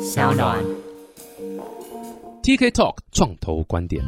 小暖。 TK Talk 创投观点。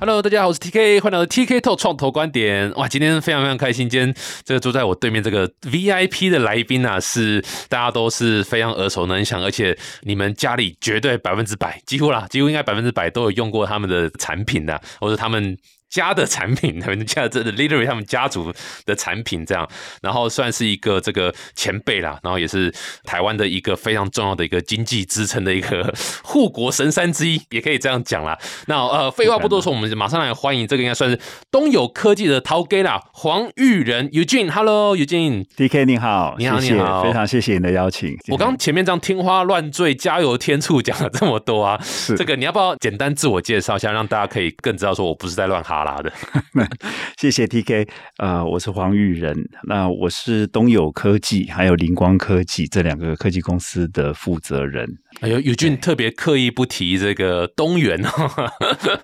Hello，大家好，我是 TK，欢迎来到 TK Talk 创投观点。哇，今天非常非常开心，今天这个坐在我对面这个 VIP 的来宾啊，是大家都是非常耳熟能详，而且你们家里绝对百分之百，几乎啦，几乎应该百分之百都有用过他们的产品的、或者他们。家的产品，他们家这 literally 他们家族的产品这样，然后算是一个这个前辈啦，然后也是台湾的一个非常重要的一个经济支撑的一个护国神山之一，也可以这样讲啦。那呃，废话不多说，我们马上来欢迎这个应该算是东友科技的涛哥啦，黄玉仁 Eugene，Hello Eugene。 D K 你好，你好谢谢你好非常谢谢你的邀请。我刚前面这样天花乱坠、加油添醋讲了这么多啊，是这个你要不要简单自我介绍一下，让大家可以更知道说我不是在乱哈拉的？ 谢谢 T K，呃，我是黄玉仁，那我是东友科技还有灵光科技这两个科技公司的负责人。哎呦，宇俊特别刻意不提这个东元哦，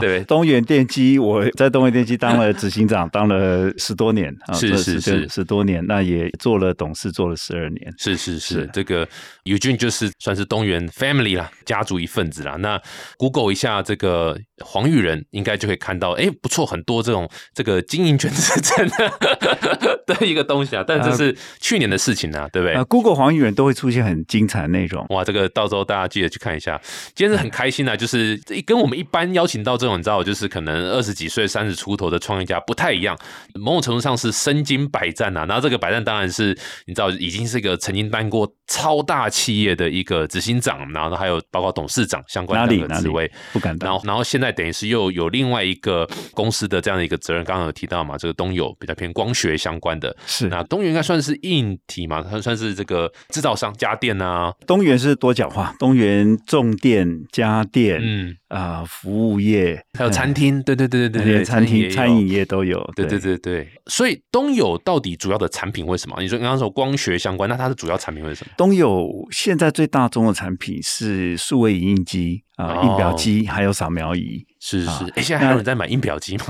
对东元电机，我在东元电机当了执行长，当了十多年啊，是这是十是十多年，那也做了董事，做了十二年。是是是，是这个宇俊就是算是东元 family 啦，家族一份子啦。那 Google 一下这个黄玉仁，应该就会看到，哎，不错，很多这种这个经营权之争 的的一个东西啊。但这是去年的事情啊，对不对？啊、g o o g l e 黄玉仁都会出现很精彩的内容。哇，这个到时候大家记得去看一下。今天是很开心嗯啊，就是这跟我们一般邀请到这种你知道，就是可能二十几岁、三十出头的创业家不太一样，某种程度上是身经百战啊。然后这个百战当然是你知道，已经是一个曾经当过超大企业的一个执行长，然后还有包括董事长相关哪的里两个哪职里嗯位。不敢然当后，然后现在等于是又有另外一个公司的这样的一个责任，刚刚有提到嘛，这个东友比较偏光学相关的，是那东元应该算是硬体嘛，它算是这个制造商、家电啊，东元是多角化，东元重电、家电嗯，啊、服务业，还有餐厅，对对对对对对，连餐厅、餐饮也有。业都有。对对对对，所以东友到底主要的产品为什么？你说刚刚说光学相关，那它的主要产品为什么？东友现在最大宗的产品是数位影印机啊、哦印表机，还有扫描仪。是是，啊哎、现在还有人在买印表机吗？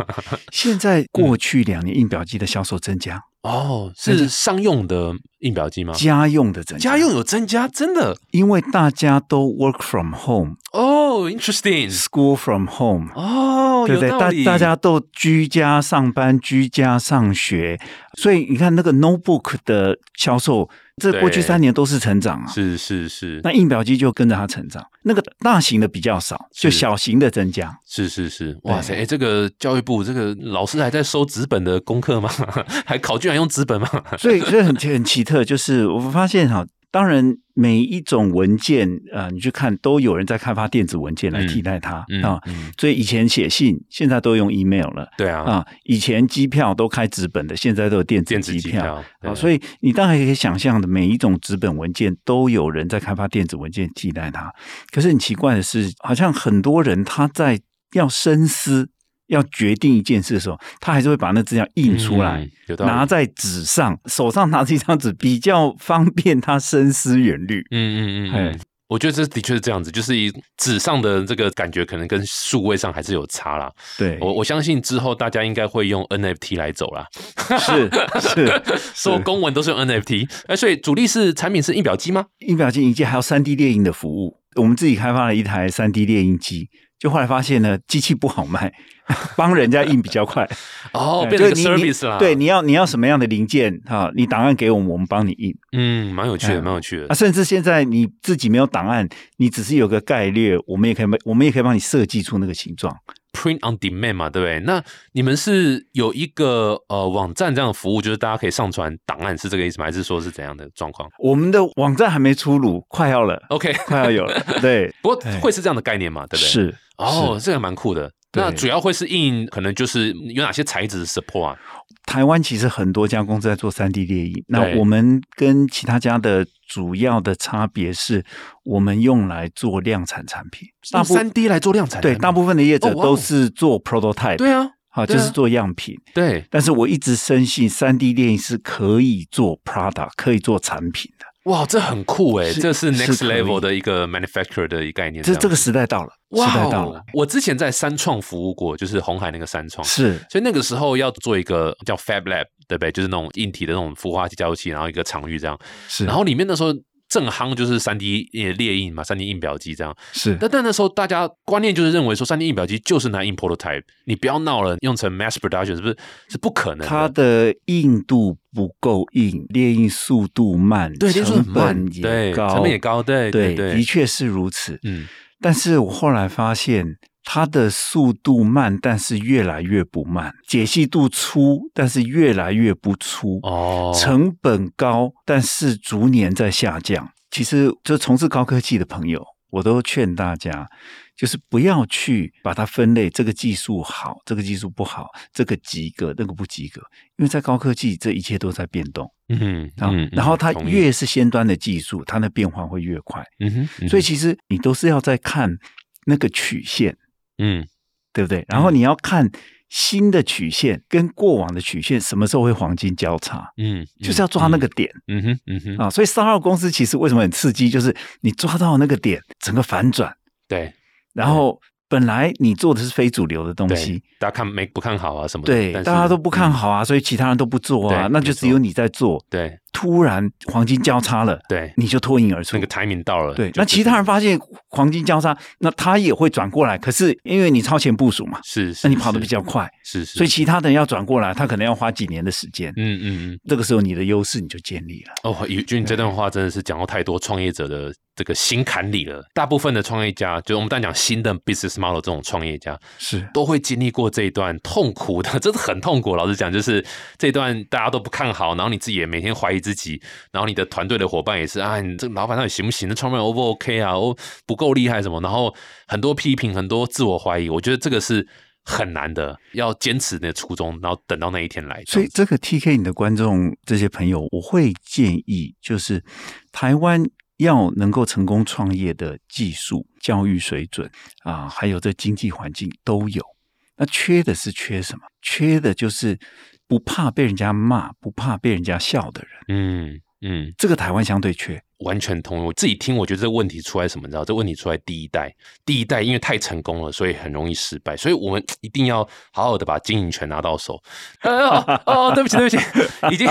现在过去两年印表机的销售增加， 哦，是商用的印表机吗？家用的增加，哦家用有增加，真的因为大家都 work from home、哦，interesting school from home，、哦，对不对？有道大理大家都居家上班、居家上学，所以你看那个 notebook 的销售，这过去对三年都是成长啊。是是是那印表机就跟着它成长，那个大型的比较少，是就小型的增加。是是是，哇塞！哎、对这个教育部这个老师还在收纸本的功课吗？ 还考卷还用纸本吗？ 所以这很很奇特，就是我发现哈，当然每一种文件，呃，你去看都有人在开发电子文件来替代它啊、嗯嗯，所以以前写信，现在都用 email 了对啊，啊、以前机票都开纸本的，现在都有电子电子机机票。票啊，以所以你大概可以想象的，每一种纸本文件都有人在开发电子文件替代它。可是很奇怪的是，好像很多人他在要深思、要决定一件事的时候，他还是会把那资料印出来，嗯有道理拿在纸上，手上拿着一张纸，比较方便他深思远 虑。嗯嗯嗯嗯哎，我觉得这的确是这样子，就是以纸上的这个感觉，可能跟数位上还是有差啦。对，我我相信之后大家应该会用 NFT 来走啦，是 是所有公文都是用 NFT。哎，所以主力是产品是印表机吗？印表机影机还有三 D 列印的服务，我们自己开发了一台三 D 列印机。就后来发现呢，机器不好卖， 帮人家印比较快。 哦，哎变成一个就是你你 service 啦。对，，你要你要什么样的零件啊？你档案给我们，我们帮你印嗯，蛮有趣的，嗯蛮有趣的啊。。甚至现在你自己没有档案，你只是有个概略，我们也可以帮我们也可以帮你设计出那个形状。 Print on demand 嘛，对不对？那你们是有一个呃网站这样的服务，就是大家可以上传档案，是这个意思吗？还是说是怎样的状况我们的网站还没出炉，快要了， ？OK，快要有了。对，不过会是这样的概念嘛，对不对？是哦，这个蛮酷的。对那主要会是印，可能就是有哪些材质的 support 啊？台湾其实很多家公司在做三 D 列印，那对我们跟其他家的主要的差别是我们用来做量产产品，大部三 D 来做量产的吗，对大部分的业者哦哇哦都是做 prototype，、对啊，好、对就啊是做样品。对，但是我一直深信三 D 电影是可以做 Prada，可以做产品的。哇，这很酷哎，是这是是 next 可以 level 的一个 manufacturer 的一个概念。这这样个时代到了，时哇代到哦了，，我之前在三创服务过，就是红海那个三创，是所以那个时候要做一个叫 Fab Lab，对不对？就是那种硬体的那种孵化器加油器，然后一个场域这样。是，然后里面那时候正夯就是三 D 列印嘛，三 D 印表机这样。是但但那时候大家观念就是认为说，三 D 印表机就是拿印 prototype，你不要闹了，用成 mass production 是不是是不可能的？它的硬度不够硬，列印速度慢，对，就是成很慢，本也对，高，成本也高，对对，的对，确是如此。嗯，但是我后来发现，它的速度慢，但是越来越不慢；解析度粗，但是越来越不粗。哦，成本高，但是逐年在下降。其实，就从事高科技的朋友，我都劝大家，就是不要去把它分类，这个技术好，这个技术不好，这个及格，那个不及格，因为在高科技，这一切都在变动嗯啊。嗯，然后它同意，越是先端的技术，它的变化会越快。嗯哼，嗯哼所以，其实你都是要在看那个曲线，嗯，对不对？然后你要看新的曲线跟过往的曲线什么时候会黄金交叉，嗯，就是要抓那个点。嗯，嗯哼，嗯哼，啊，所以三号公司其实为什么很刺激，就是你抓到那个点，整个反转，对然后本来你做的是非主流的东对西，，大家看没不看好啊什么的，对，但是嗯大家都不看，好啊，所以其他人都不做啊对，那就没错只有你在做，嗯对突然黄金交叉了，对，你就脱颖而出那。个 timing 到了，对，就那其他人发现黄金交叉，那他也会转过来，可是因为你超前部署嘛，是，是那你跑得比是较快，是是，所以其他的人要转过来，他可能要花几年的时间。嗯嗯嗯，这个时候你的优势你就建立了。哦，宇君，你这段话真的是讲到太多创业者的这个心坎里了。大部分的创业家，就是我们在讲新的 business model 这种创业家，是都会经历过这一段痛苦的， 真的很痛苦。老实讲，就是这段大家都不看好，然后你自己也每天怀疑自己，然后你的团队的伙伴也是啊，你这个老板到底行不行？那创办人 O 不 OK 啊？哦，不够厉害什么？然后很多批评，很多自我怀疑，我觉得这个是很难的，要坚持你的初衷，然后等到那一天来。所以这个 TK 你的观众这些朋友，我会建议就是台湾要能够成功创业的技术、教育水准啊，还有这经济环境都有。那缺的是缺什么？缺的就是不怕被人家骂、不怕被人家笑的人。嗯嗯，这个台湾相对缺，完全同意。我自己听，我觉得这个问题出在什么？你知道，这个问题出在第一代，第一代因为太成功了，所以很容易失败。所以我们一定要好好的把经营权拿到手。哎呦哦哦，对不起， 对不起，已经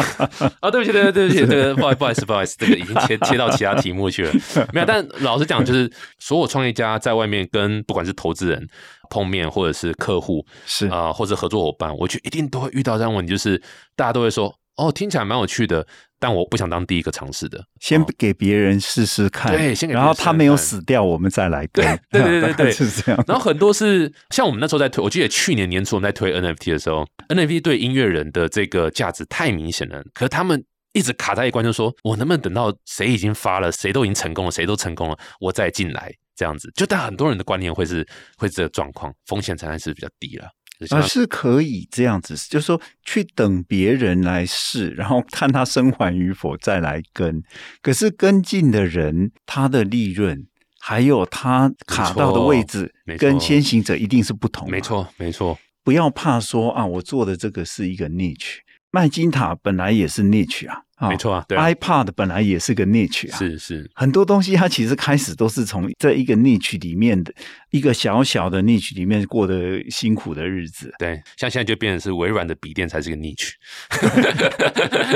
哦，对不起，对不起对不起，这个不好不好意思，不好意思，这个已经切切到其他题目去了。没有，但老实讲，就是所有创业家在外面跟不管是投资人碰面，或者是客户，是啊、或者合作伙伴，我觉得一定都会遇到这样的问题，就是大家都会说，哦，听起来蛮有趣的，但我不想当第一个尝试的。先给别人试试看，哦对先给别人然后他没有试试死掉，我们再来跟，对对对对 大概对是这样。然后很多是像我们那时候在推，我记得去年年初我们在推 NFT 的时候，NFT 对音乐人的这个价值太明显了，可是他们一直卡在一关，就说我能不能等到谁已经发了，谁都已经成功了，谁都成功了，我再进来这样子。就但很多人的观念会是会这个状况，风险承担是比较低了。就是像啊，是可以这样子，就是说去等别人来试，然后看他生还与否再来跟。可是跟进的人，他的利润还有他卡到的位置没，错跟先行者一定是不同。没，错，没错，不要怕说啊，我做的这个是一个 niche，麦金塔本来也是 niche 啊，啊没、错啊，对啊 i p o d 本来也是个 niche 啊，是是，很多东西它其实开始都是从这一个 niche 里面的一个小小的 niche 里面过得辛苦的日子。对，像现在就变成是微软的笔电才是个 niche，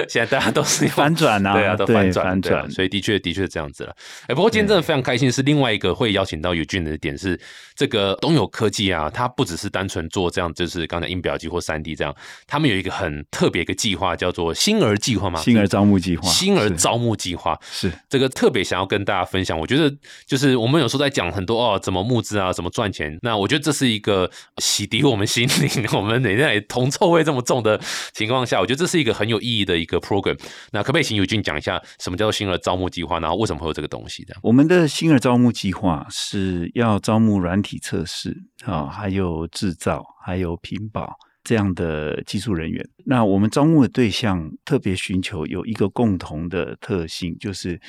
现在大家都是用翻转啊对啊，都对翻转翻对啊转嗯所以的确的确是这样子了。哎，不过今天真的非常开心，是另外一个会邀请到尤俊的点是，这个东友科技啊，它不只是单纯做这样，就是刚才印表机或三 D 这样，他们有一个很特别一个计划叫做星儿计划嘛，星儿招募计划，星儿是招募计划，是这个特别想要跟大家分享。我觉得就是我们有时候在讲很多哦，怎么募资啊，怎么赚钱。那我觉得这是一个洗涤我们心灵， 我们每天来铜臭味这么重的情况下，我觉得这是一个很有意义的一个 program。那可不可以请尤俊讲一下什么叫做星儿招募计划，然后为什么会有这个东西？这样，我们的星儿招募计划是要招募软体测试啊、还有制造，还有屏保这样的技术人员。那我们招募的对象特别寻求有一个共同的特性，就是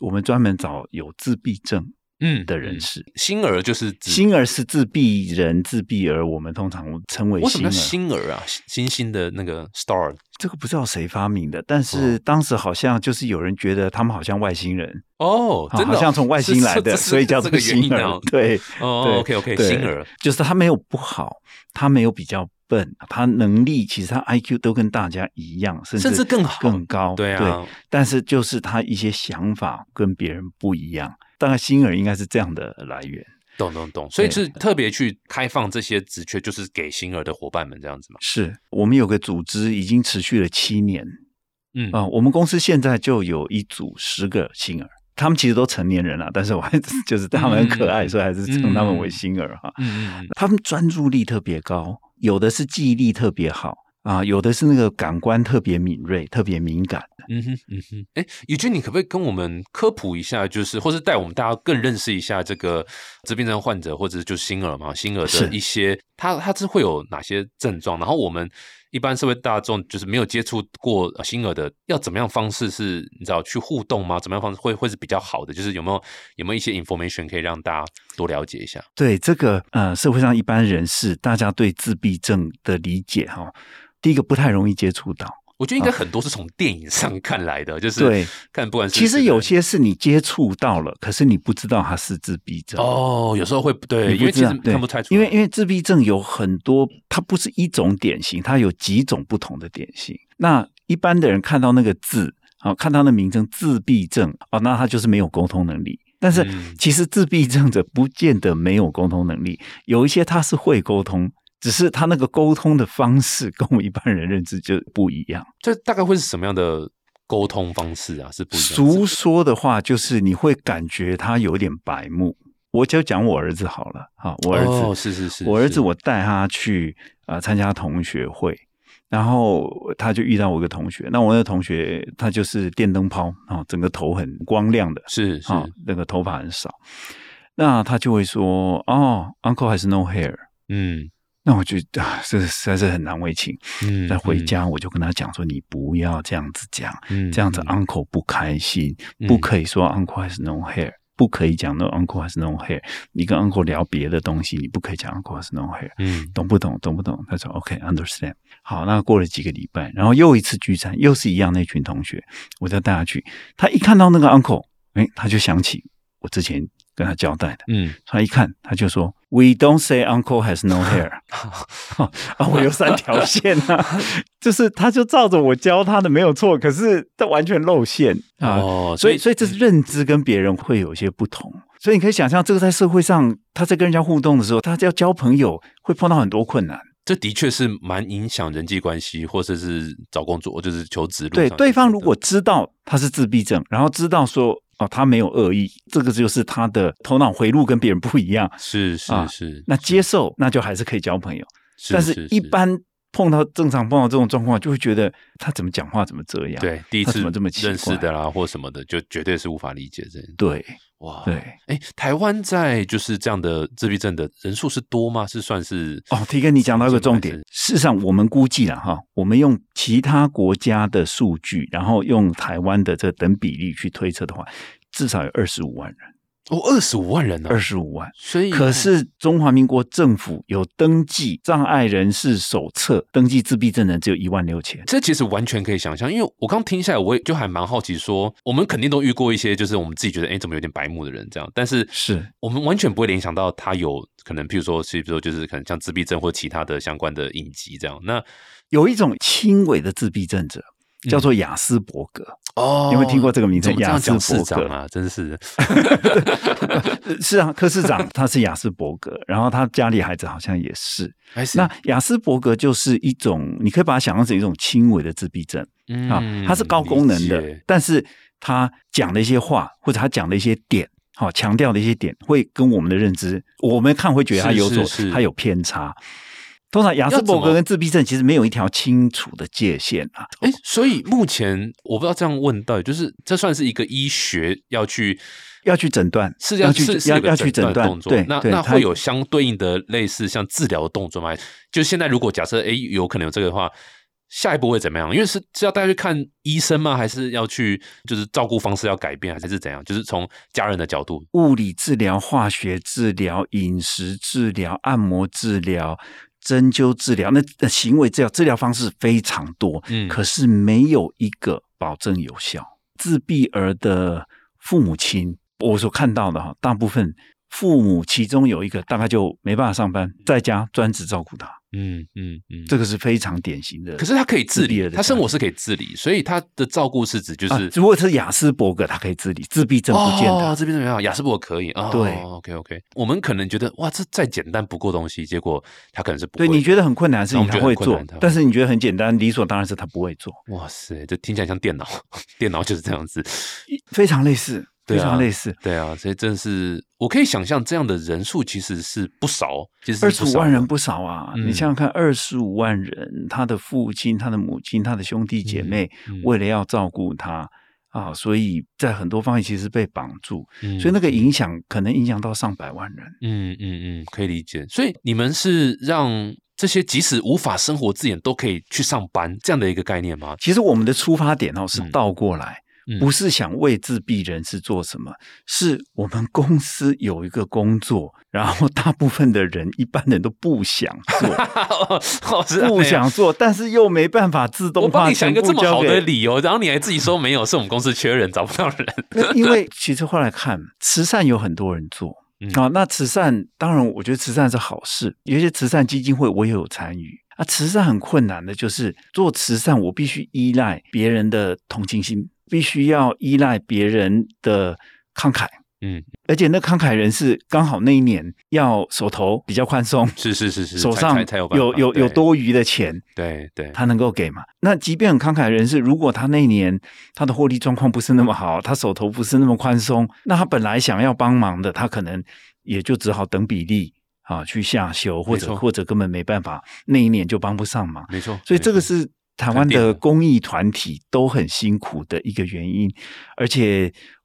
我们专门找有自闭症嗯的人士。星儿就是指星儿是自闭人，自闭儿我们通常称为为什星么叫儿。星儿啊？星星的那个 star 这个不知道谁发明的，但是当时好像就是有人觉得他们好像外星人，哦，啊真的哦好像从外星来的，是是是所以叫是 做这个原星因儿。啊。对，哦对，OK OK，对星儿，就是他没有不好，他没有比较笨，他能力其实他 IQ 都跟大家一样，甚至甚至更好更高。对啊，但是就是他一些想法跟别人不一样。大概星儿应该是这样的来源，懂懂懂，所以对是特别去开放这些职缺，就是给星儿的伙伴们这样子嘛。是我们有个组织已经持续了七年嗯啊、我们公司现在就有一组十个星儿，他们其实都成年人了，但是我还是就是他们很可爱，嗯所以还是称他们为星儿哈。嗯嗯他们专注力特别高，有的是记忆力特别好啊，有的是那个感官特别敏锐、特别敏感。嗯哼嗯哼，哎，宇君，你可不可以跟我们科普一下，就是或是带我们大家更认识一下这个自闭症患者，或者就是星儿嘛，星儿是的一些，他他是会有哪些症状？然后我们一般社会大众就是没有接触过呃星儿的，要怎么样方式是你知道去互动吗？怎么样方式会会是比较好的？就是有没有有没有一些 information 可以让大家多了解一下？对这个呃，社会上一般人士大家对自闭症的理解哈、第一个不太容易接触到。我觉得应该很多是从电影上看来 的，就是啊对看不管是其实这个有些是你接触到了，可是你不知道它是自闭症。哦，有时候会不对，你因不为其知道，实对看不太出来，因为因为自闭症有很多，它不是一种典型，它有几种不同的典型。那一般的人看到那个字，啊、看到那名称“自闭症”，哦，那他就是没有沟通能力。但是嗯其实自闭症者不见得没有沟通能力，有一些他是会沟通，只是他那个沟通的方式跟我们一般人认知就不一样。这大概会是什么样的沟通方式啊？是不一样的俗说的话，就是你会感觉他有点白目。我就讲我儿子好了，啊，我儿子、哦是是是我儿子是我带他去呃参加同学会，然后他就遇到我一个同学，那我那个同学他就是电灯泡啊、整个头很光亮的是是啊、那个头发很少，那他就会说哦，uncle has no hair。嗯那我觉得啊，这实在是很难为情。嗯那回家我就跟他讲说，你不要这样子讲，嗯这样子啊嗯 uncle 不开心，嗯不可以说 uncle has no hair，不可以讲 no uncle has no hair。你跟 uncle 聊别的东西，你不可以讲 uncle has no hair，嗯懂不懂？懂不懂？他说 OK understand。好，那过了几个礼拜，然后又一次聚餐，又是一样那群同学，我再带他去。他一看到那个 uncle，哎，他就想起我之前跟他交代的。嗯他一看，他就说：“We don't say uncle has no hair。”啊，我有三条线啊， 就是他就照着我教他的没有错，可是他完全露馅啊。哦，所以，所以这是认知跟别人会有一些不同。所以你可以想象，这个在社会上，他在跟人家互动的时候，他要交朋友会碰到很多困难。这的确是蛮影响人际关系，或者是找工作，就是求职路上对，的对方这如个果知道他是自闭症，然后知道说哦他没有恶意，这个就是他的头脑回路跟别人不一样，是是啊是，那接受那就还是可以交朋友。是但是，一般碰到正常碰到这种状况，就会觉得他怎么讲话怎么这样。对第一他次怎么这么奇认识怪的啦，或什么的，就绝对是无法理解这样对哇。对哎，台湾在就是这样的自闭症的人数是多吗？是算是哦，提哥，你讲到一个重点还是，事实上我们估计了哈，我们用其他国家的数据，然后用台湾的这等比例去推测的话，至少有二十五万人，哦，二十五万人呢、二十五万。所以可是中华民国政府有登记障碍人士手册，登记自闭症人只有一万六千。这其实完全可以想象，因为我刚听下来，我也就还蛮好奇说，我们肯定都遇过一些，就是我们自己觉得哎，诶怎么有点白目的人这样，但是是我们完全不会联想到他有可能，譬如说，是比如说就是可能像自闭症或其他的相关的影集这样。那有一种轻微的自闭症者，嗯叫做雅斯伯格。哦你有没有听过这个名字怎么这样讲雅斯伯市格长啊，真 是呃是啊，柯 市长他是雅斯伯格，然后他家里孩子好像也是。还是那雅斯伯格就是一种，你可以把它想象成一种轻微的自闭症嗯啊，它是高功能理的解，但是他讲的一些话或者他讲的一些点，好、强调的一些点，会跟我们的认知，我们看会觉得他是有所是是他有偏差。通常雅斯伯要怎么格跟自闭症其实没有一条清楚的界限啊。哎，所以目前我不知道这样问到底就是这算是一个医学要去要去诊断，是要要去是是要有个要去诊诊断动作，对那对那它会有相对应的类似像治疗的动作吗？就现在如果假设哎有可能有这个的话，下一步会怎么样？因为是是要带去看医生吗？还是要去就是照顾方式要改变，还是怎样？就是从家人的角度，物理治疗、化学治疗、饮食治疗、按摩治疗、针灸治疗，那那行为治疗治疗方式非常多，嗯可是没有一个保证有效。自闭儿的父母亲，我所看到的哈，大部分父母其中有一个大概就没办法上班，在家专职照顾他，嗯嗯嗯，这个是非常典型的。可是他可以自自闭理，了的他生家活是可以自理，所以他的照顾是指就是、啊，如果是雅斯伯格，他可以自理，自闭症不见得。哦，这边怎么样？雅斯伯格可以啊、哦对，OK OK，我们可能觉得哇，这再简单不过东西，结果他可能是不会对，你觉得很困难的事那我们情他觉得会很困做难哦他，会但是你觉得很简单，理所当然是他不会做，哇塞，这听起来像电脑， 电脑就是这样子，非常类似，对非啊常类似。对啊，所以真是我可以想象这样的人数其实是不少，其实二是十不五少万的人不少啊！嗯你想想看，二十五万人，他的父亲、他的母亲、他的兄弟姐妹，嗯为了要照顾他啊，所以在很多方面其实被绑住，嗯所以那个影响可能影响到上百万人。嗯嗯嗯，可以理解。所以你们是让这些即使无法生活自己的人都可以去上班这样的一个概念吗？ 其实我们的出发点哦是嗯倒过来，嗯不是想为自闭人士做什么，是我们公司有一个工作， 然后大部分的人一般人都不 想哎做，哦，是啊不想做，但是又没办法自我动帮化你想全一个部这么交好给的理由，然后你还自己说没有，是我们公司缺人，找不到人。 那因为其实后来看，慈善有很多人做嗯啊。那慈善当然，我觉得慈善是好事，有一些慈善基金会我也有参与啊。慈善很困难的，就是做慈善，我必须依赖别人的同情心，必须要依赖别人的慷慨。嗯，而且那慷慨人士刚好那一年要手头比较宽松，是是是是，手才上才才有办法有有对有多余的钱，对对，他能够给嘛？那即便很慷慨的人士，如果他那一年他的获利状况不是那么好，他手头不是那么宽松，那他本来想要帮忙的，他可能也就只好等比例啊去下修，或没错者或者根本没办法，那一年就帮不上忙。没错。所以这个没错是台湾肯定的的公益团体都很辛苦的一个原因，而且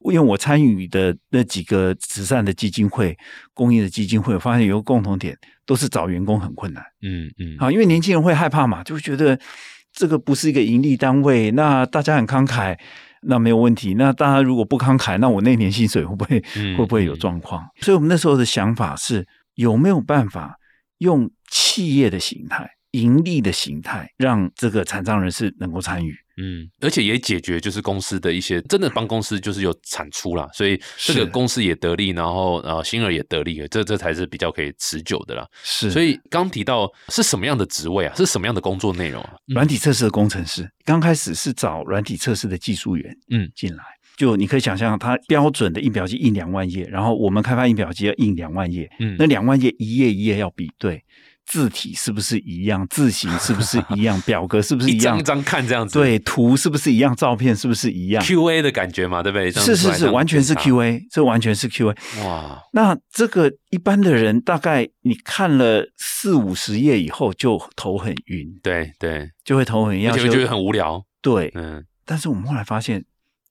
因为我参与的那几个慈善的基金会、公益的基金会，我发现有个共同点，都是找员工很困难。嗯嗯，啊，因为年轻人会害怕嘛，就会觉得这个不是一个盈利单位，那大家很慷慨，那没有问题。那大家如果不慷慨，那我那年薪水会不会、嗯会不会有状况？所以我们那时候的想法是，有没有办法用企业的形态、盈利的形态，让这个残障人士能够参与？嗯，而且也解决就是公司的一些真的帮公司就是有产出啦，所以这个是公司也得利，然后呃星儿也得利，这这才是比较可以持久的啦。是所以刚提到是什么样的职位啊？是什么样的工作内容啊？软体测试的工程师，刚开始是找软体测试的技术员，嗯，进来。就你可以想象，它标准的印表机印两万页，然后我们开发印表机要印两万页，嗯那两万页一页一页要比对，字体是不是一样，字形是不是一 样，表格是不是一样，张一张看这样子，对图是不是一样，照片是不是一样， Q A 的感觉嘛，对不对？这样是子是来是，完全是这样 Q A，这完全是 Q A。子哇，那这个一般的人，大概你看了四五十页以后，就头很晕，对对，就会头很晕，而要且会休觉得很无聊，对，嗯，但是我们后来发现，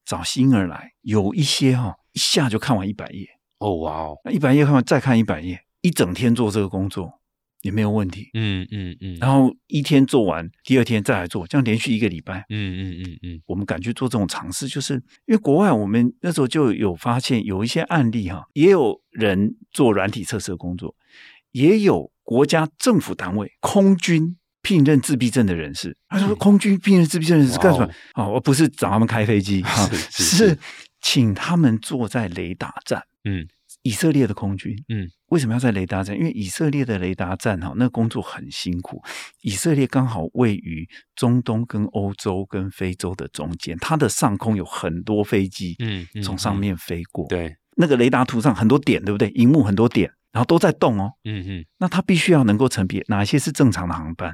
找星儿来有一些哈、哦，一下就看完一百页，哦哇哦，那一百页看完再看一百页，一整天做这个工作也没有问题。嗯嗯嗯，然后一天做完，第二天再来做，这样连续一个礼拜，嗯嗯嗯嗯我们敢去做这种尝试，就是因为国外我们那时候就有发现有一些案例哈、也有人做软体测试的工作，也有国家政府单位空军。聘任自闭症的人士，他说嗯空军聘任自闭症人士干什么哇？哦，不是找他们开飞 机，啊是是是是请他们坐在雷达站。嗯，以色列的空军，嗯，为什么要在雷达站？因为以色列的雷达站哈，那工作很辛苦。以色列刚好位于中东、跟欧洲、跟非洲的中间，它的上空有很多飞机，嗯嗯从上面飞过。，对，那个雷达图上很多点，对不对？荧幕很多点，然后都在动哦。嗯嗯，那它必须要能够甄别哪一些是正常的航班，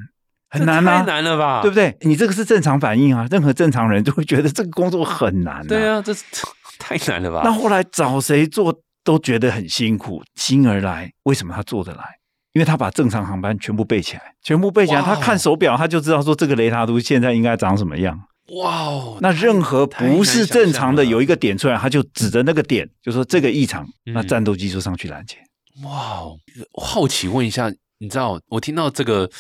很这难啊，太难了吧？对不对？你这个是正常反应啊，任何正常人都会觉得这个工作很难、对啊，这 太难了吧？那后来找谁做都觉得很辛苦，星儿来，为什么他做得来？因为他把正常航班全部背起来，全部背起来，哇哦他看手表他就知道说这个雷达图现在应该长什么样。哇哦，那任何不是太难正常的想象了有一个点出来，他就指着那个点，就说这个异常，嗯那战斗机就上去拦截。哇哦，好奇问一下，你知道，我听到这个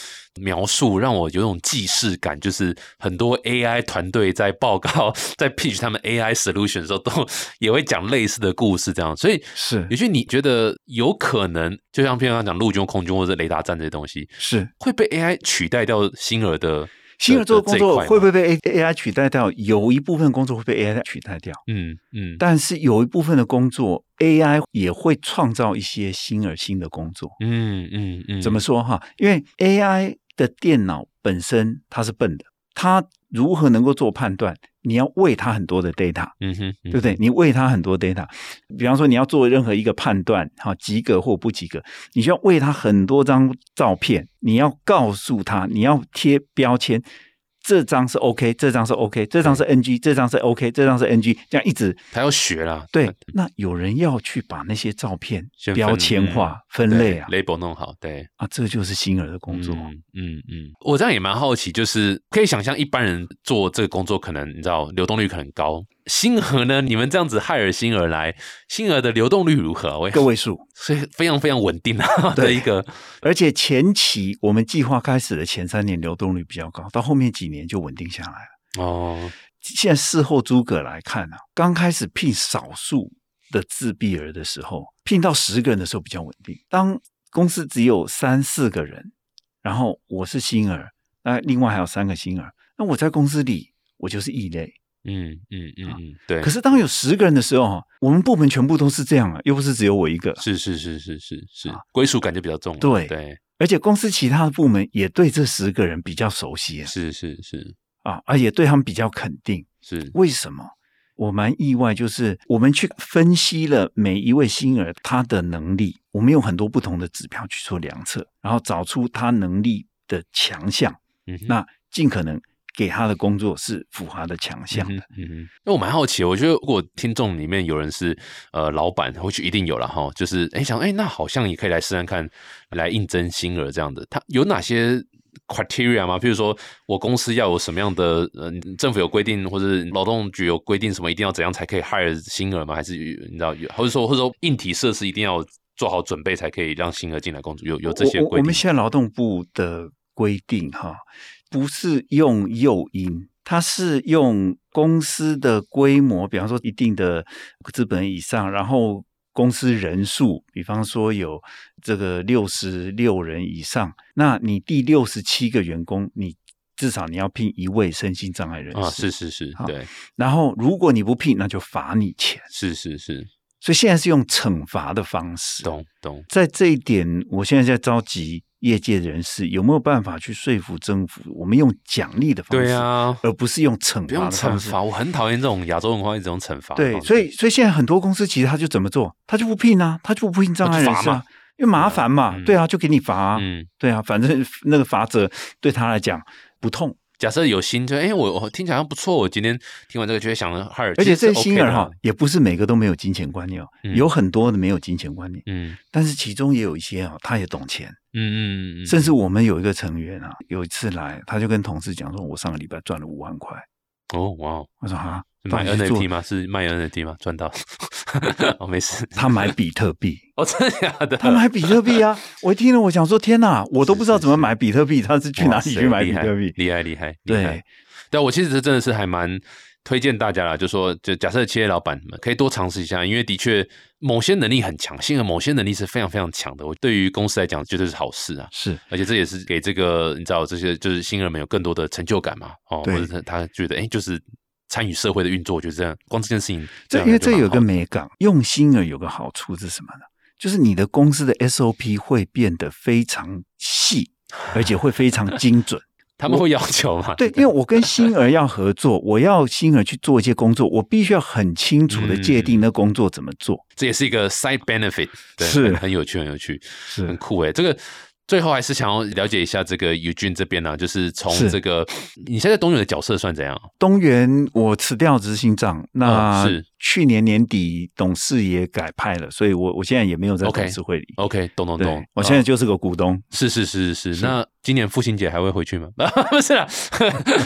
描述，让我有种既视感，就是很多 AI 团队在报告、 在 pitch 他们 AI solution 的时候，都也会讲类似的故事，这样。所以，是也许你觉得有可能，就像譬如刚讲陆军、空军或者雷达站这些东西，是。会被 AI 取代掉星儿的新而做的工作会不？的会被 A I 取代掉？有一部分工作会被 AI 取代掉，这一块吗嗯嗯但是有一部分的工作 AI 也会创造一些新而新的工作。嗯嗯嗯，怎么说哈？因为 AI 的电脑本身它是笨的，它如何能够做判断？你要喂它很多的 data，嗯哼，对对不对？你喂它很多 data，比方说你要做任何一个判断，哈，及格或不及格，你需要喂它很多张照片，你要告诉它，你要贴标签，这张是 OK，这张是 OK，这张是 NG，这张是 OK，这张是 NG，这样一直他要学啦，对。那有人要去把那些照片嗯先分嗯标签化、分对类啊， ，label 弄好，对，啊，这就是星儿的工作。嗯嗯嗯，我这样也蛮好奇，就是可以想象一般人做这个工作，可能你知道流动率可能高。星河呢，你们这样子害尔星而来，星河的流动率如何？啊我也个位数，所以非常非常稳定啊对的一个，而且前期我们计划开始的前三年流动率比较高，到后面几年就稳定下来了。哦，现在事后诸葛来看啊，刚开始聘少数的自闭儿的时候，聘到十个人的时候比较稳定。当公司只有三四个人，然后我是新儿，那另外还有三个新儿，那我在公司里我就是异类。嗯嗯嗯嗯，对可，是当有十个人的时候啊，我们部门全部都是这样啊，又不是只有我一个。是是是是是是啊，归属感就比较重了，对对，而且公司其他的部门也对这十个人比较熟悉啊是是是啊，而且对他们比较肯定。是，为什么？我蛮意外，就是我们去分析了每一位星儿他的能力，我们用很多不同的指标去做量测，然后找出他能力的强项，嗯哼那尽可能给他的工作是符合他的强项的。嗯哼，嗯哼，那我蛮好奇，我觉得如果听众里面有人是呃老板，或许一定有了哈，就是哎、诶想哎、诶那好像也可以来试试看，来应征星儿这样的，他有哪些 criteria 吗？譬如说我公司要有什么样的呃政府有规定，或者劳动局有规定什么一定要怎样才可以 hire 星儿吗？还是你知道有，或者说或者说硬体设施一定要做好准备才可以让星儿进来工作？有有这些我我规我们定？现在劳动部的规定哈，不是用诱因，它是用公司的规模，比方说一定的资本以上，然后公司人数，比方说有这个六十六人以上，那你第六十七个员工，你至少你要聘一位身心障碍人士。啊，是是是，好对，然后如果你不聘，那就罚你钱。是是是，所以现在是用惩罚的方式。懂懂，在这一点，我现在在召集业界人士，有没有办法去说服政府，我们用奖励的方式，对啊，而不是用惩不用罚的惩方式。罚，我很讨厌这种亚洲文化一直用惩罚的对方，式。所以所以现在很多公司其实他就怎么做，他就不聘啊，他就不聘障碍人那就士罚啊嘛，因为麻烦嘛，嗯对啊，就给你罚、啊，嗯，对啊，反正那个罚则对他来讲不痛，假设有新就哎、我我听起来好像不错，我今天听完这个就会想哈尔，而且这些其实是新 OK 人的哈、啊，也不是每个都没有金钱观念，哦，嗯有很多的没有金钱观念，嗯但是其中也有一些哦，他也懂钱，嗯嗯嗯嗯，甚至我们有一个成员啊，有一次来，他就跟同事讲说：“我上个礼拜赚了五万块。哦哇哦”我说：“啊，是到买底是做 NFT 吗？是卖 NFT 吗？赚到？ 哦，没事。他买比特 币，哦，真的假的？他买比特币啊！我一听了，我想说：“天哪，我都不知道怎么买比特币，他是去哪哇里塞去买厉比害特币厉害厉害，？”厉害对，但我其实真的是还蛮推荐大家啦，就说就假设企业老板们可以多尝试一下，因为的确某些能力很强，性格某些能力是非常非常强的，我对于公司来讲绝对是好事啊。是而且这也是给这个你知道这些就是新人们有更多的成就感嘛，哦，或对者是他觉得哎、诶就是参与社会的运作，我觉得这样光这件事情这样因为就这蛮有好个美感，用心而有个好处是什么呢？就是你的公司的 SOP 会变得非常细，而且会非常精准。他们会要求嘛，对，因为我跟星儿要合作，我要星儿去做一些工作，我必须要很清楚的界定那工作怎么做。这也是一个 side benefit，对，是很很有趣，很有趣，很是酷诶。欸这个最后还是想要了解一下这个 Eugene 这边呢、啊就是从是这个你现在东友的角色算怎样？东元，我辞掉执行长，那嗯是去年年底董事也改派了，所以我我现在也没有在 OK 董事会里。 OK，懂懂懂对，。我现在嗯就是个股东。是是是是是。是那今年父亲节还会回去吗？ 不是啦，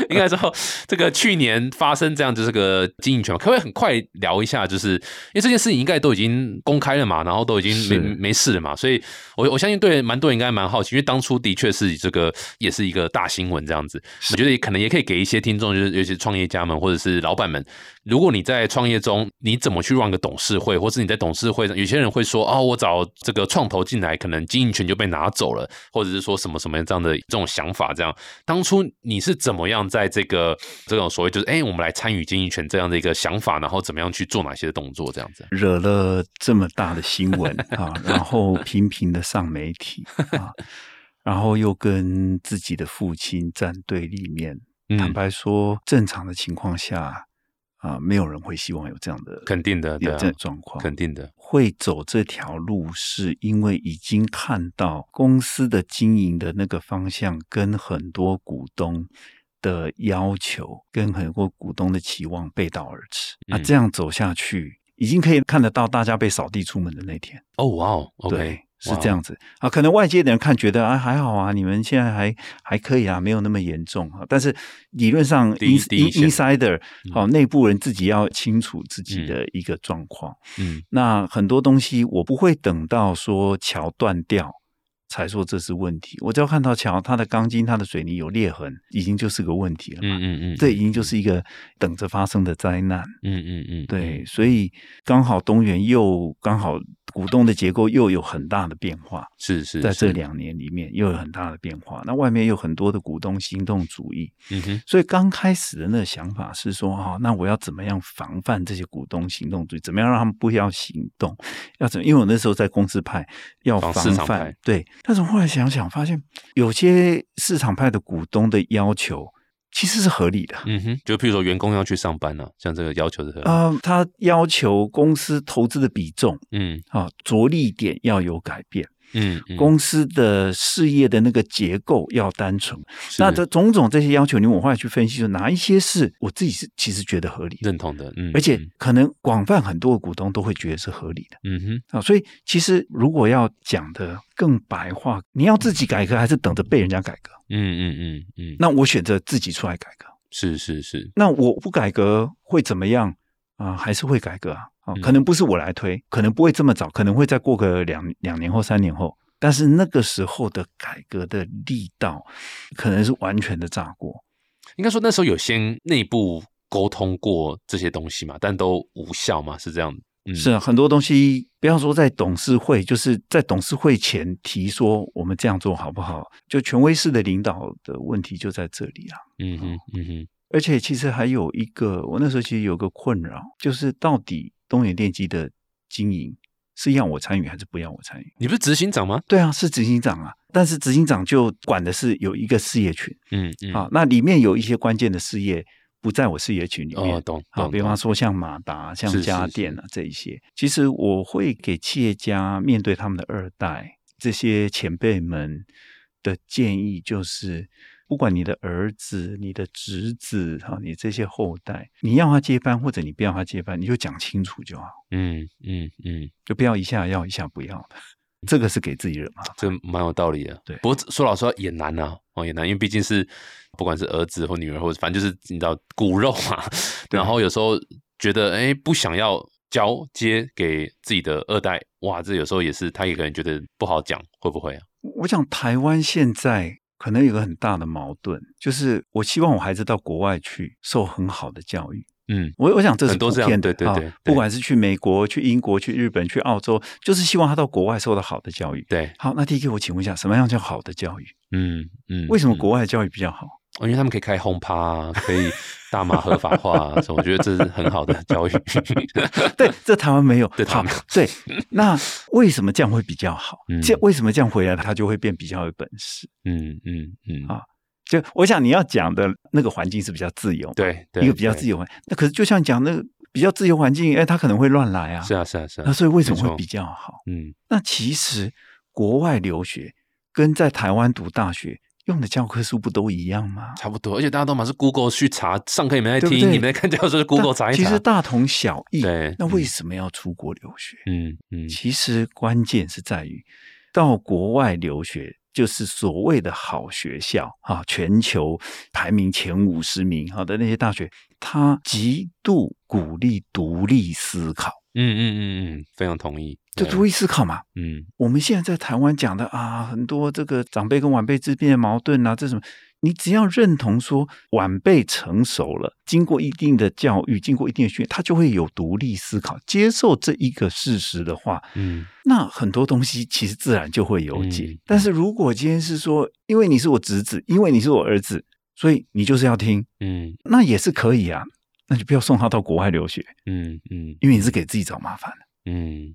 应该说这个去年发生这样就是个经营权嘛，可不可以很快聊一下？就是因为这件事情应该都已经公开了嘛，然后都已经没是没事了嘛，所以我我相信对蛮多人应该蛮好奇，因为当初的确是这个也是一个大新闻这样子。哦我觉得也可能也可以给一些听众，就是尤其是创业家们或者是老板们，如果你在创业中，你怎么去 run 个董事会，或是你在董事会上，有些人会说，哦，我找这个创投进来，可能经营权就被拿走了，或者是说什么什么这样的这种想法，这样当初你是怎么样在这个这种所谓就是，哎，我们来参与经营权这样的一个想法，然后怎么样去做哪些动作，这样子？惹了这么大的新闻啊，然后频频的上媒体啊，然后又跟自己的父亲站对立面。坦嗯，白说，正常的情况下啊，没有人会希望有这样的肯定的，对有啊这，样的状况。肯定的，会走这条路，是因为已经看到公司的经营的那个方向，跟很多股东的要求，跟很多股东的期望背道而驰。那、嗯这样走下去，已经可以看得到大家被扫地出门的那天。哦，哇哦，OK，对，是这样子啊。可能外界的人看觉得啊还好啊，你们现在还还可以啊，没有那么严重啊。但是理论上第一 ins- 第一线 insider 嗯好、内部人自己要清楚自己的一个状况。嗯，那很多东西我不会等到说桥断掉才说这是问题，我只要看到桥它的钢筋、它的水泥有裂痕，已经就是个问题了嘛。嗯嗯嗯，这已经就是一个等着发生的灾难。嗯，嗯嗯嗯，对，所以刚好东元又刚好股东的结构又有很大的变化，是是，在这是，两年里面又有很大的变化。那外面有很多的股东行动主义，嗯哼，所以刚开始的那个想法是说，啊，那我要怎么样防范这些股东行动主义？怎么样让他们不要行动？要怎么？因为我那时候在公司派要防防哦市场派范，对。但是后来想想，发现有些市场派的股东的要求其实是合理的。嗯哼，就譬如说员工要去上班了、啊像这个要求是很，啊、他要求公司投资的比重嗯啊，着力点要有改变，嗯嗯，公司的事业的那个结构要单纯。是那这种种这些要求，你我后来去分析，说哪一些是我自己是其实觉得合理的，认同的，嗯，而且嗯可能广泛很多的股东都会觉得是合理的嗯哼，啊。所以其实如果要讲的更白话，你要自己改革还是等着被人家改革？嗯嗯嗯嗯，那我选择自己出来改革。是是是，那我不改革会怎么样啊、还是会改革啊？啊嗯，可能不是我来推，可能不会这么早，可能会再过个两两年后、三年后。但是那个时候的改革的力道，可能是完全的炸锅。应该说那时候有先内部沟通过这些东西嘛，但都无效嘛，是这样，嗯，是啊，很多东西不要说在董事会，就是在董事会前提说我们这样做好不好？就权威式的领导的问题就在这里啊。嗯哼嗯哼，而且其实还有一个，我那时候其实有个困扰，就是到底东元电机的经营是要我参与还是不要我参与？你不是执行长吗？对啊，是执行长啊，但是执行长就管的是有一个事业群嗯嗯，啊，那里面有一些关键的事业不在我事业群里面哦，。懂好，懂，比方懂，说像马达、像是是家电啊这一些，其实我会给企业家面对他们的二代这些前辈们的建议，就是不管你的儿子、你的侄子哈，你这些后代，你要他接班或者你不要他接班，你就讲清楚就好，嗯嗯嗯，就不要一下要一下不要的，这个是给自己惹麻烦。这蛮有道理的。对不过说老实话也难啊，哦也难，因为毕竟是不管是儿子或女儿，或者反正就是你知道骨肉嘛。对然后有时候觉得哎、诶不想要交接给自己的二代，哇，这有时候也是他也可能觉得不好讲，会不会啊？我想台湾现在可能有个很大的矛盾，就是我希望我孩子到国外去受很好的教育。嗯，我我想这是很多普这样遍的，对对对啊，对不管是去美国、去英国、去日本、去澳洲，就是希望他到国外受到好的教育。对，好，那 T K，我请问一下，什么样叫好的教育？嗯嗯，为什么嗯国外的教育比较好？哦因为他们可以开轰趴、啊，可以大麻合法化、啊，所以我觉得这是很好的教育。 对，这台湾没有。对台湾好 对，那为什么这样会比较好嗯？这、为什么这样回来他就会变比较有本事？嗯嗯嗯，啊就我想你要讲的那个环境是比较自由，，对对，一个比较对自由环。那可是就像你讲那个比较自由环境，哎，他可能会乱来啊。是啊是啊是啊那，所以为什么没会错比较好？嗯那其实国外留学跟在台湾读大学用的教科书不都一样吗？差不多，而且大家都嘛是 Google 去查，上课你们在对不听，对你们在看教授是 Google 查大一其查。实大同小异。对那为什么要出国留学？嗯嗯其实关键是在于到国外留学，就是所谓的好学校啊，全球排名前五十名好的那些大学，它极度鼓励独立思考，嗯嗯嗯嗯，非常同意。就对独立思考嘛。嗯我们现在在台湾讲的啊，很多这个长辈跟晚辈之间的矛盾啊，这什么？你只要认同说晚辈成熟了，经过一定的教育，经过一定的训练，他就会有独立思考，接受这一个事实的话，嗯那很多东西其实自然就会有解。嗯但是如果今天是说，因为你是我侄子，因为你是我儿子，所以你就是要听，嗯那也是可以啊。那就不要送他到国外留学，嗯嗯因为你是给自己找麻烦的。嗯，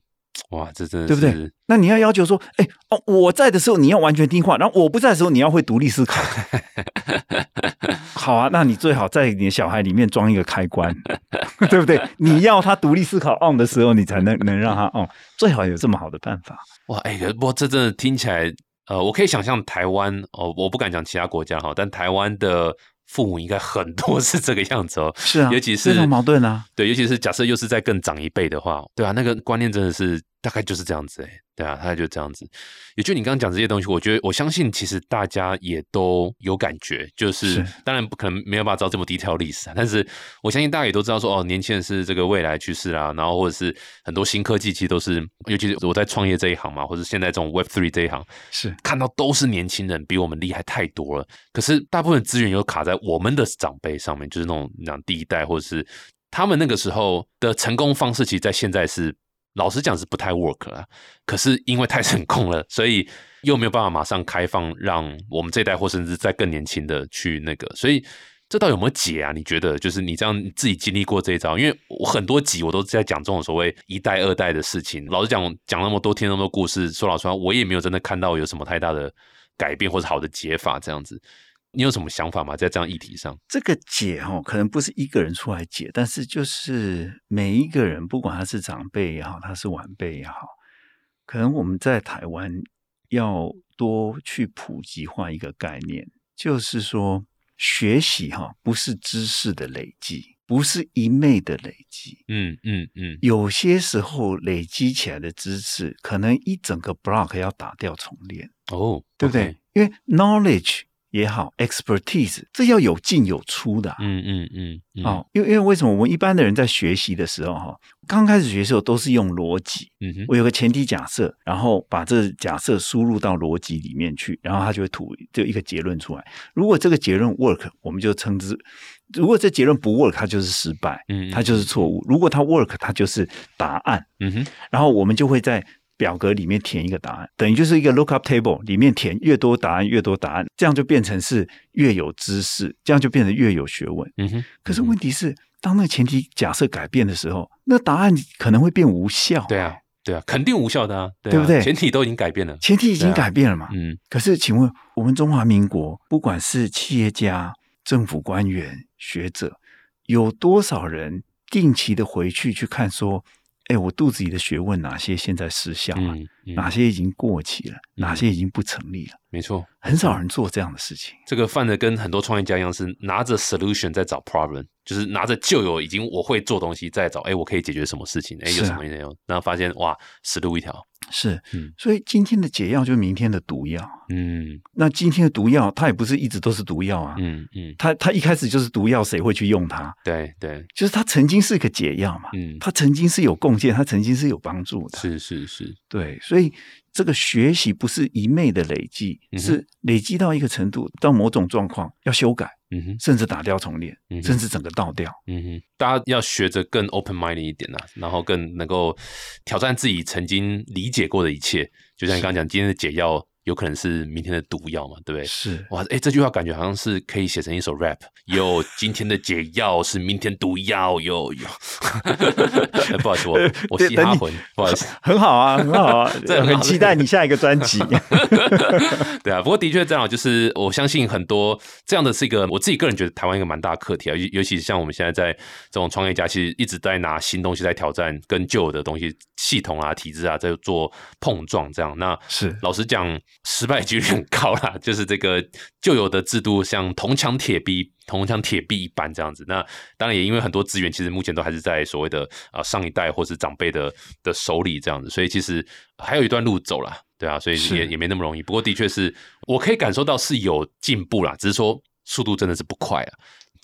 哇，这真的对不对是？那你要要求说，哎哦，我在的时候你要完全听话，然后我不在的时候你要会独立思 考。好啊，那你最好在你的小孩里面装一个开关， 对不对？你要他独立思考 on 的时候，你才能能让他 on。最好有这么好的办法。哇，哎、可是不过这真的听起来，呃，我可以想象台湾哦，我不敢讲其他国家哈，但台湾的父母应该很多是这个样子哦，是啊，尤其是这种矛盾啊。对，尤其是假设又是在更长一辈的话，对啊，那个观念真的是大概就是这样子哎、对啊，大概就这样子。也就你刚刚讲这些东西，我觉得我相信其实大家也都有感觉，就是是当然不可能没有办法知道这么低调历史啊，但是我相信大家也都知道说哦，年轻人是这个未来趋势啦，然后或者是很多新科技其实都是，尤其是我在创业这一行嘛，或者现在这种 Web Three 这一行，是看到都是年轻人，比我们厉害太多了。可是大部分资源又卡在我们的长辈上面，就是那种讲第一代或者是他们那个时候的成功方式，其实在现在是老实讲是不太 work 了。啊可是因为太成功了，所以又没有办法马上开放，让我们这一代或甚至在更年轻的去那个，所以。这到底有没有解啊？你觉得就是你这样你自己经历过这一招？因为我很多集我都在讲这种所谓一代、二代的事情。老实讲，讲那么多、听那么多故事，说老实话，我也没有真的看到有什么太大的改变或者好的解法。这样子，你有什么想法吗？在这样议题上？这个解哈、哦，可能不是一个人出来解，但是就是每一个人，不管他是长辈也好，他是晚辈也好，可能我们在台湾要多去普及化一个概念，就是说学习哈、不是知识的累积，不是一昧的累积。嗯嗯嗯有些时候累积起来的知识，可能一整个 block 要打掉重练，哦，对不对 OK？因为 knowledge 也好，expertise 这要有进有出的啊、嗯嗯嗯嗯，哦，因为因为为什么我们一般的人在学习的时候哈，刚开始学习的时候都是用逻辑，嗯哼，我有个前提假设，然后把这假设输入到逻辑里面去，然后它就会吐就一个结论出来。如果这个结论 work，我们就称之；如果这结论不 work，它就是失败，嗯嗯它就是错误；如果它 work，它就是答案。嗯哼，然后我们就会在表格里面填一个答案，等于就是一个 lookup table 里面填越多答案越多答案，这样就变成是越有知识，这样就变成越有学问。嗯哼，可是问题是，当那个前提假设改变的时候，那答案可能会变无效。对啊，对啊，肯定无效的啊，对啊对不对前提都已经改变了，前提已经对啊改变了嘛。嗯可是，请问我们中华民国，不管是企业家、政府官员、学者，有多少人定期的回去去看说，哎，我肚子里的学问哪些现在失效了、嗯嗯，哪些已经过期了？哪些已经不成立了？没错，很少人做这样的事情。这个犯的跟很多创业家一样，是拿着 solution 在找 problem，就是拿着旧有已经我会做东西在找，哎，我可以解决什么事情？哎，有是啊什么内容？然后发现哇，死路一条。是嗯，所以今天的解药就是明天的毒药。嗯那今天的毒药，它也不是一直都是毒药啊。嗯嗯，它它一开始就是毒药，谁会去用它？对对，就是它曾经是个解药嘛，嗯，它曾经是有贡献，它曾经是有帮助的。是是是，对，所以这个学习不是一昧的累积，嗯哼是累积到一个程度，到某种状况要修改，嗯哼甚至打掉重练，嗯甚哼至整个倒掉。嗯哼，大家要学着更 open minded 一点呐、啊然后更能够挑战自己曾经理解过的一切。就像你刚刚讲，今天的解药有可能是明天的毒药嘛，对不对？是哇，哎、这句话感觉好像是可以写成一首 rap。有 今天的解药是明天毒药，有有。哎不好意思，我我对嘻哈呃等你魂，不好意思。很好啊，很好啊 这很好很期待你下一个专 辑。对啊，不过的确这样，就是我相信很多这样的是一个我自己个人觉得台湾一个蛮大的课题啊，尤尤其像我们现在在这种创业家，其实一直在拿新东西在挑战跟旧的东西系统啊、体制啊在做碰撞这样。那是老实讲，失败几率很高啦， 就是这个旧有的制度像铜墙铁壁、铜墙铁壁一般这样子。那当然也因为很多资源其实目前都还是在所谓的啊、呃上一代或是长辈的的手里这样子，所以其实还有一段路走啦，对啊，所以也是也没那么容易。不过的确是我可以感受到是有进步啦，只是说速度真的是不快啊。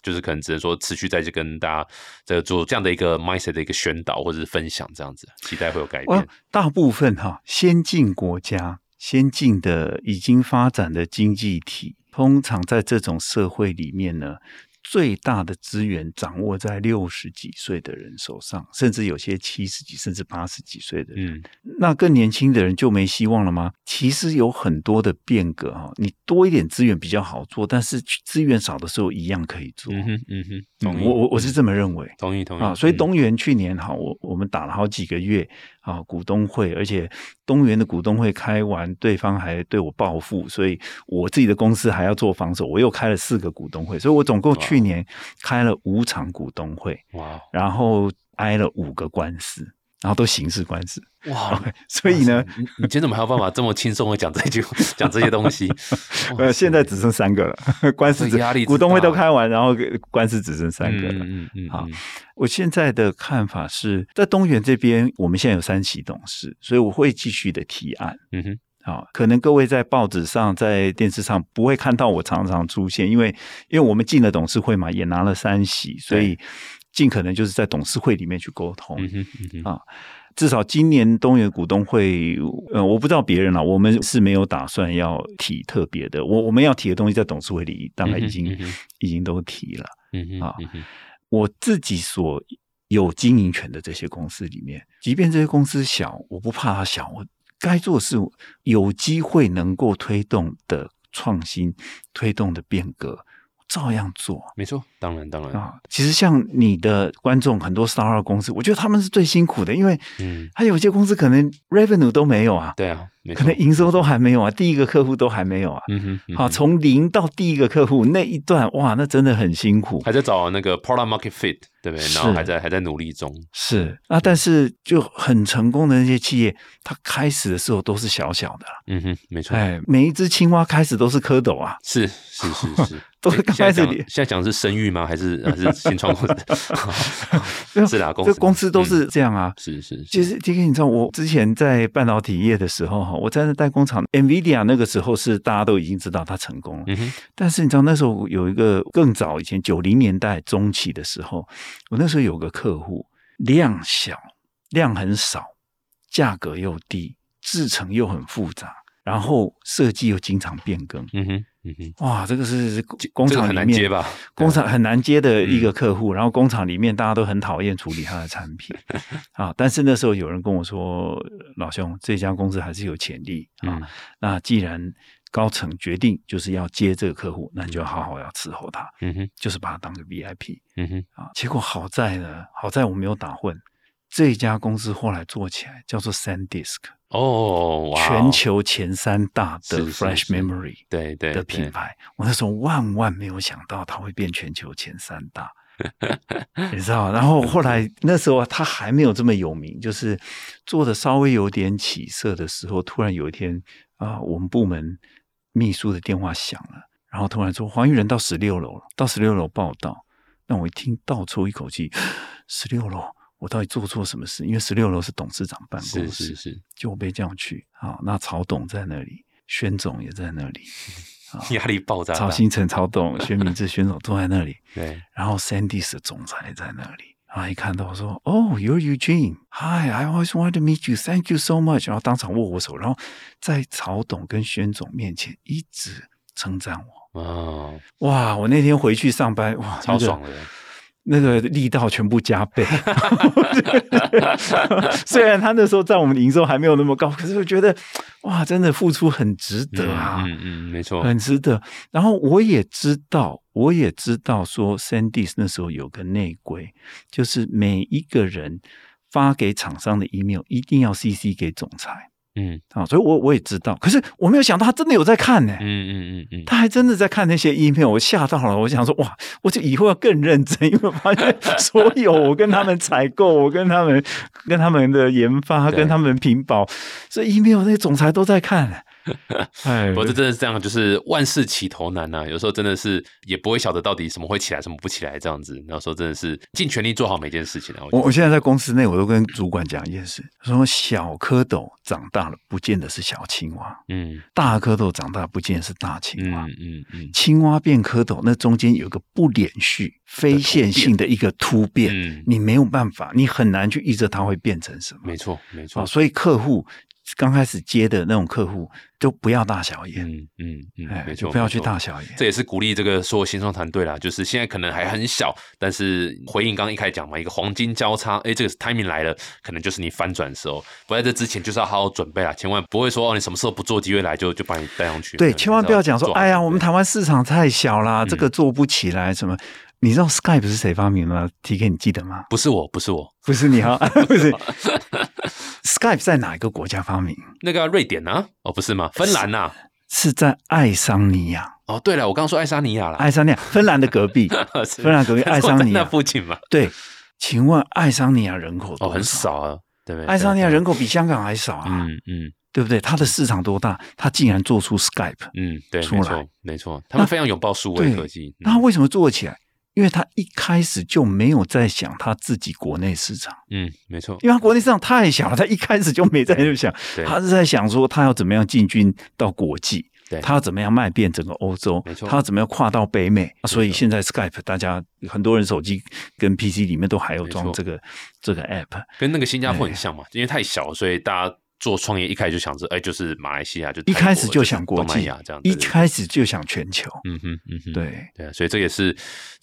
就是可能只能说持续在这跟大家在做这样的一个 mindset 的一个宣导或者是分享这样子，期待会有改哇变。，哦大部分哈、先进国家、先进的已经发展的经济体，通常在这种社会里面呢，最大的资源掌握在六十几岁的人手上，甚至有些七十几甚至八十几岁的人。嗯，那更年轻的人就没希望了吗？其实有很多的变革哈，你多一点资源比较好做，但是资源少的时候一样可以做。嗯哼，嗯哼，嗯同意，我我我是这么认为。同意同意啊，所以嗯东元去年哈，我我们打了好几个月啊，股东会，而且东元的股东会开完，对方还对我报复，所以我自己的公司还要做防守，我又开了四个股东会，所以我总共哇哦去年开了五场股东会，哇哦然后挨了五个官司，然后都刑事官司， 哇，所以呢哇，塞，你你今天怎么还有办法这么轻松的讲这句讲这些东 西？哇呃，现在只剩三个了， 官司这只压力之股东会都大开完，然后官司只剩三个了。嗯嗯嗯，好嗯，我现在的看法是在东元这边，我们现在有三期董事，所以我会继续的提案。嗯哼，啊、可能各位在报纸上、在电视上不会看到我常常出现，因为因为我们进了董事会嘛，也拿了三席，所以尽可能就是在董事会里面去沟通。嗯哼，嗯哼，啊至少今年东元股东会，呃，我不知道别人了，我们是没有打算要提特别的，我我们要提的东西在董事会里大概已经、嗯哼嗯哼已经都提了。嗯哼，好嗯哼，我自己所有经营权的这些公司里面，即便这些公司小，我不怕它小，我该做是有机会能够推动的创新、推动的变革，照样做没错，当然当然，啊。其实像你的观众很多 Star 公司，我觉得他们是最辛苦的，因为嗯，还有些公司可能 revenue 都没有啊，对啊，没可错能，营收都还没有啊，第一个客户都还没有啊。嗯哼，嗯好，哼从零到第一个客户那一段，哇，那真的很辛苦。还在找那个 product market fit，对不对？是然后还在还在努力中，是啊，但是就很成功的那些企业，它开始的时候都是小小的啦，嗯哼，没错。哎，每一只青蛙开始都是蝌蚪啊，是是是是， 都是哎刚现在开始讲连现在讲的是生育吗？还是还是新创公 司？是啦，公司这公司都嗯是这样啊。是是，其是实 T K，你知道我之前在半导体业的时候哈，我在那代工厂，NVIDIA 那个时候是大家都已经知道它成功了，嗯哼，但是你知道那时候有一个更早以前九零年代中期的时候，我那时候有个客户量小，量很少，价格又低，制成又很复杂，然后设计又经常变更。嗯哼，嗯哼，哇，这个是工这个厂很里难接面吧？ 嗯工厂很难接的一个客户，然后工厂里面大家都很讨厌处理他的产 品啊。但是那时候有人跟我说：“老兄，这家公司还是有潜力啊。嗯那既然高层决定就是要接这个客户，那你就好好要伺候他，嗯哼，就是把他当个 VIP 嗯哼，啊。”结果好在呢，好在我没有打混。这家公司后来做起来叫做 SanDisk，哦，哇哦，全球前三大的是是 Flash 是 Memory。对对对的品牌，我那时候万万没有想到它会变全球前三大，你知道？然后后来那时候它还没有这么有名，就是做的稍微有点起色的时候，突然有一天啊、我们部门秘书的电话响了，然后突然说黄玉仁到十六楼了，到十六楼报道。那我一听倒抽一口气，十六楼。我到底做错什么事？因为十六楼是董事长办公是室，是是，就被叫去。好，那曹董在那里，宣总也在那里，压力爆炸大，曹啊新成、曹董、薛明志、选手坐在那里，对，然后 Sandy's 的总裁在那里。然后一看到我说：“Oh, you're Eugene. Hi, I always wanted to meet you. Thank you so much.” 然后当场握我手，然后在曹董跟宣总面前一直称赞我。哦，哇！我那天回去上班，哇，超爽的。的，那个力道全部加倍。 虽然他那时候在我们营收还没有那么高，可是我觉得哇，真的付出很值得啊。嗯嗯嗯，没错，很值得。然后我也知道，我也知道说，Sandy 那时候有个内规，就是每一个人发给厂商的 email 一定要 CC 给总裁嗯啊、所以我我也知道，可是我没有想到他真的有在看呢、嗯嗯嗯嗯，他还真的在看那些 email，我吓到了。我想说，哇，我就以后要更认真，因为我发现所有我跟他们采购，我跟他们、跟他们的研发、对 跟他们屏保，所以 email 那些总裁都在看。哎，不过这真的是这样，就是万事起头难呐、有时候真的是也不会晓得到底什么会起来，什么不起来这样子。那时候真的是尽全力做好每件事情啊。我觉我得我现在在公司内，我都跟主管讲一件事，说小蝌蚪长大了不见得是小青蛙，嗯大蝌蚪长大不见得是大青蛙。嗯嗯嗯青蛙变蝌蚪，那中间有一个不连续、非线性的一个突变，嗯，你没有办法，你很难去预测它会变成什么。没错没错啊，，所以客户刚开始接的那种客户，就不要大小眼，嗯嗯嗯，哎，没就错，不要没去错大小眼。这也是鼓励这个所有新创团队啦，就是现在可能还很小，但是回应刚刚一开始讲嘛，一个黄金交叉，哎，这个 timing 来了，可能就是你翻转的时候。不在这之前，就是要好好准备啦，千万不会说哦，你什么时候不做，机会来就就把你带上去。嗯对，千万不要讲说，哎呀，我们谈台湾市场太小啦，嗯这个做不起来什么。你知道 Skype 是谁发明的吗？TK，你记得吗？不是我，不是我，不是 你哈，不是 Skype 在哪一个国家发明？那个啊瑞典啊，哦，不是吗？芬兰呐、是在爱桑尼亚，哦，对了，我刚刚说爱沙尼亚啦，爱桑尼亚，芬兰的隔壁。啊 是哎芬兰隔壁 爱沙尼亚那附近 嘛，对，请问爱桑尼亚人口多哦，很少啊，对不对？爱沙尼亚人口比香港还少啊，嗯，嗯对不对？它的市场多大？它竟然做出 Skype，嗯，对，出没来错没错，他们那非常拥抱数位对科技。那它为什么做得起来？因为它一开始就没有在想它自己国内市场，嗯，嗯没错，因为它国内市场太小了，它一开始就没在那想，对，它是在想说它要怎么样进军到国际对。它要怎么样卖遍整个欧洲没？错它要怎么样跨到北美？所以现在 Skype 大家很多人手机跟 PC 里面都还有装没错啊这个这个 app。跟那个新加哎坡很像嘛，因为太小了，所以大家做创业一开始就想着，哎，就是马来西亚，就泰一国开始就想是国东南际亚这样，，一对对对开始就想全球。嗯哼嗯哼，对，对啊，所以这也是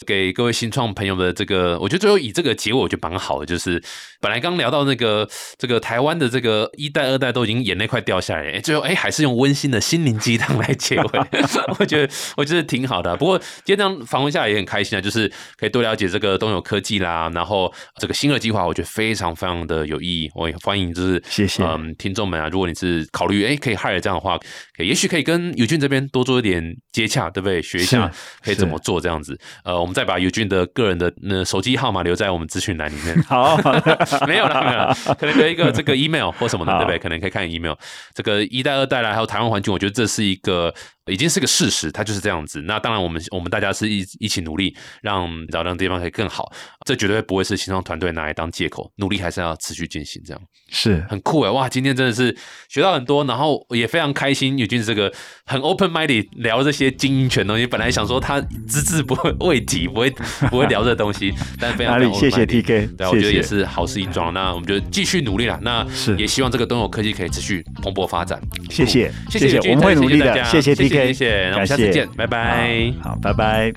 给各位新创朋友的这个，我觉得最后以这个结尾，我觉得蛮好的。就是本来刚聊到那个这个台湾的这个一代、二代都已经眼泪快掉下来了，哎，最后哎还是用温馨的心灵鸡汤来结尾， 我觉得我觉得挺好的啊、不过今天这样访问下来也很开心啊，就是可以多了解这个东友科技啦，然后这个新二计划，我觉得非常非常的有意义。我也欢迎就是谢谢嗯听众们啊，如果你是考虑哎可以 hire 这样的话，可以也许可以跟友俊这边多做一点接洽，对不对？学一下是可以是怎么做这样子。呃，我们再把尤俊的个人的呃手机号码留在我们资讯栏里面。 好，好的没有啦，没有啦，可能留一个这 个 email 或什么的，好对不对？可能可以看 email。这个一代、二代啦，还有台湾环境，我觉得这是一个已经是个事实，它就是这样子。那当然，我们我们大家是一一起努力，让找让地方可以更好。这绝对不会是新创团队拿来当借口，努力还是要持续进行这样。 是很酷哎，哇！今天真的是学到很多，然后也非常开心。宇俊这个很 open minded 聊这些经营权的东西，本来想说他只字不会未提，不会不会聊这东 西，但非常哪非里常？谢谢 open-minded TK，对啊，我觉得谢谢也是好事一桩。那我们就继续努力啦。那是也希望这个东有科技可以持续蓬勃发展。很酷谢谢谢谢谢宇俊我们再会次努力谢谢的大家谢谢谢 TK 谢谢。那我们下次感谢见，拜拜。好，拜拜。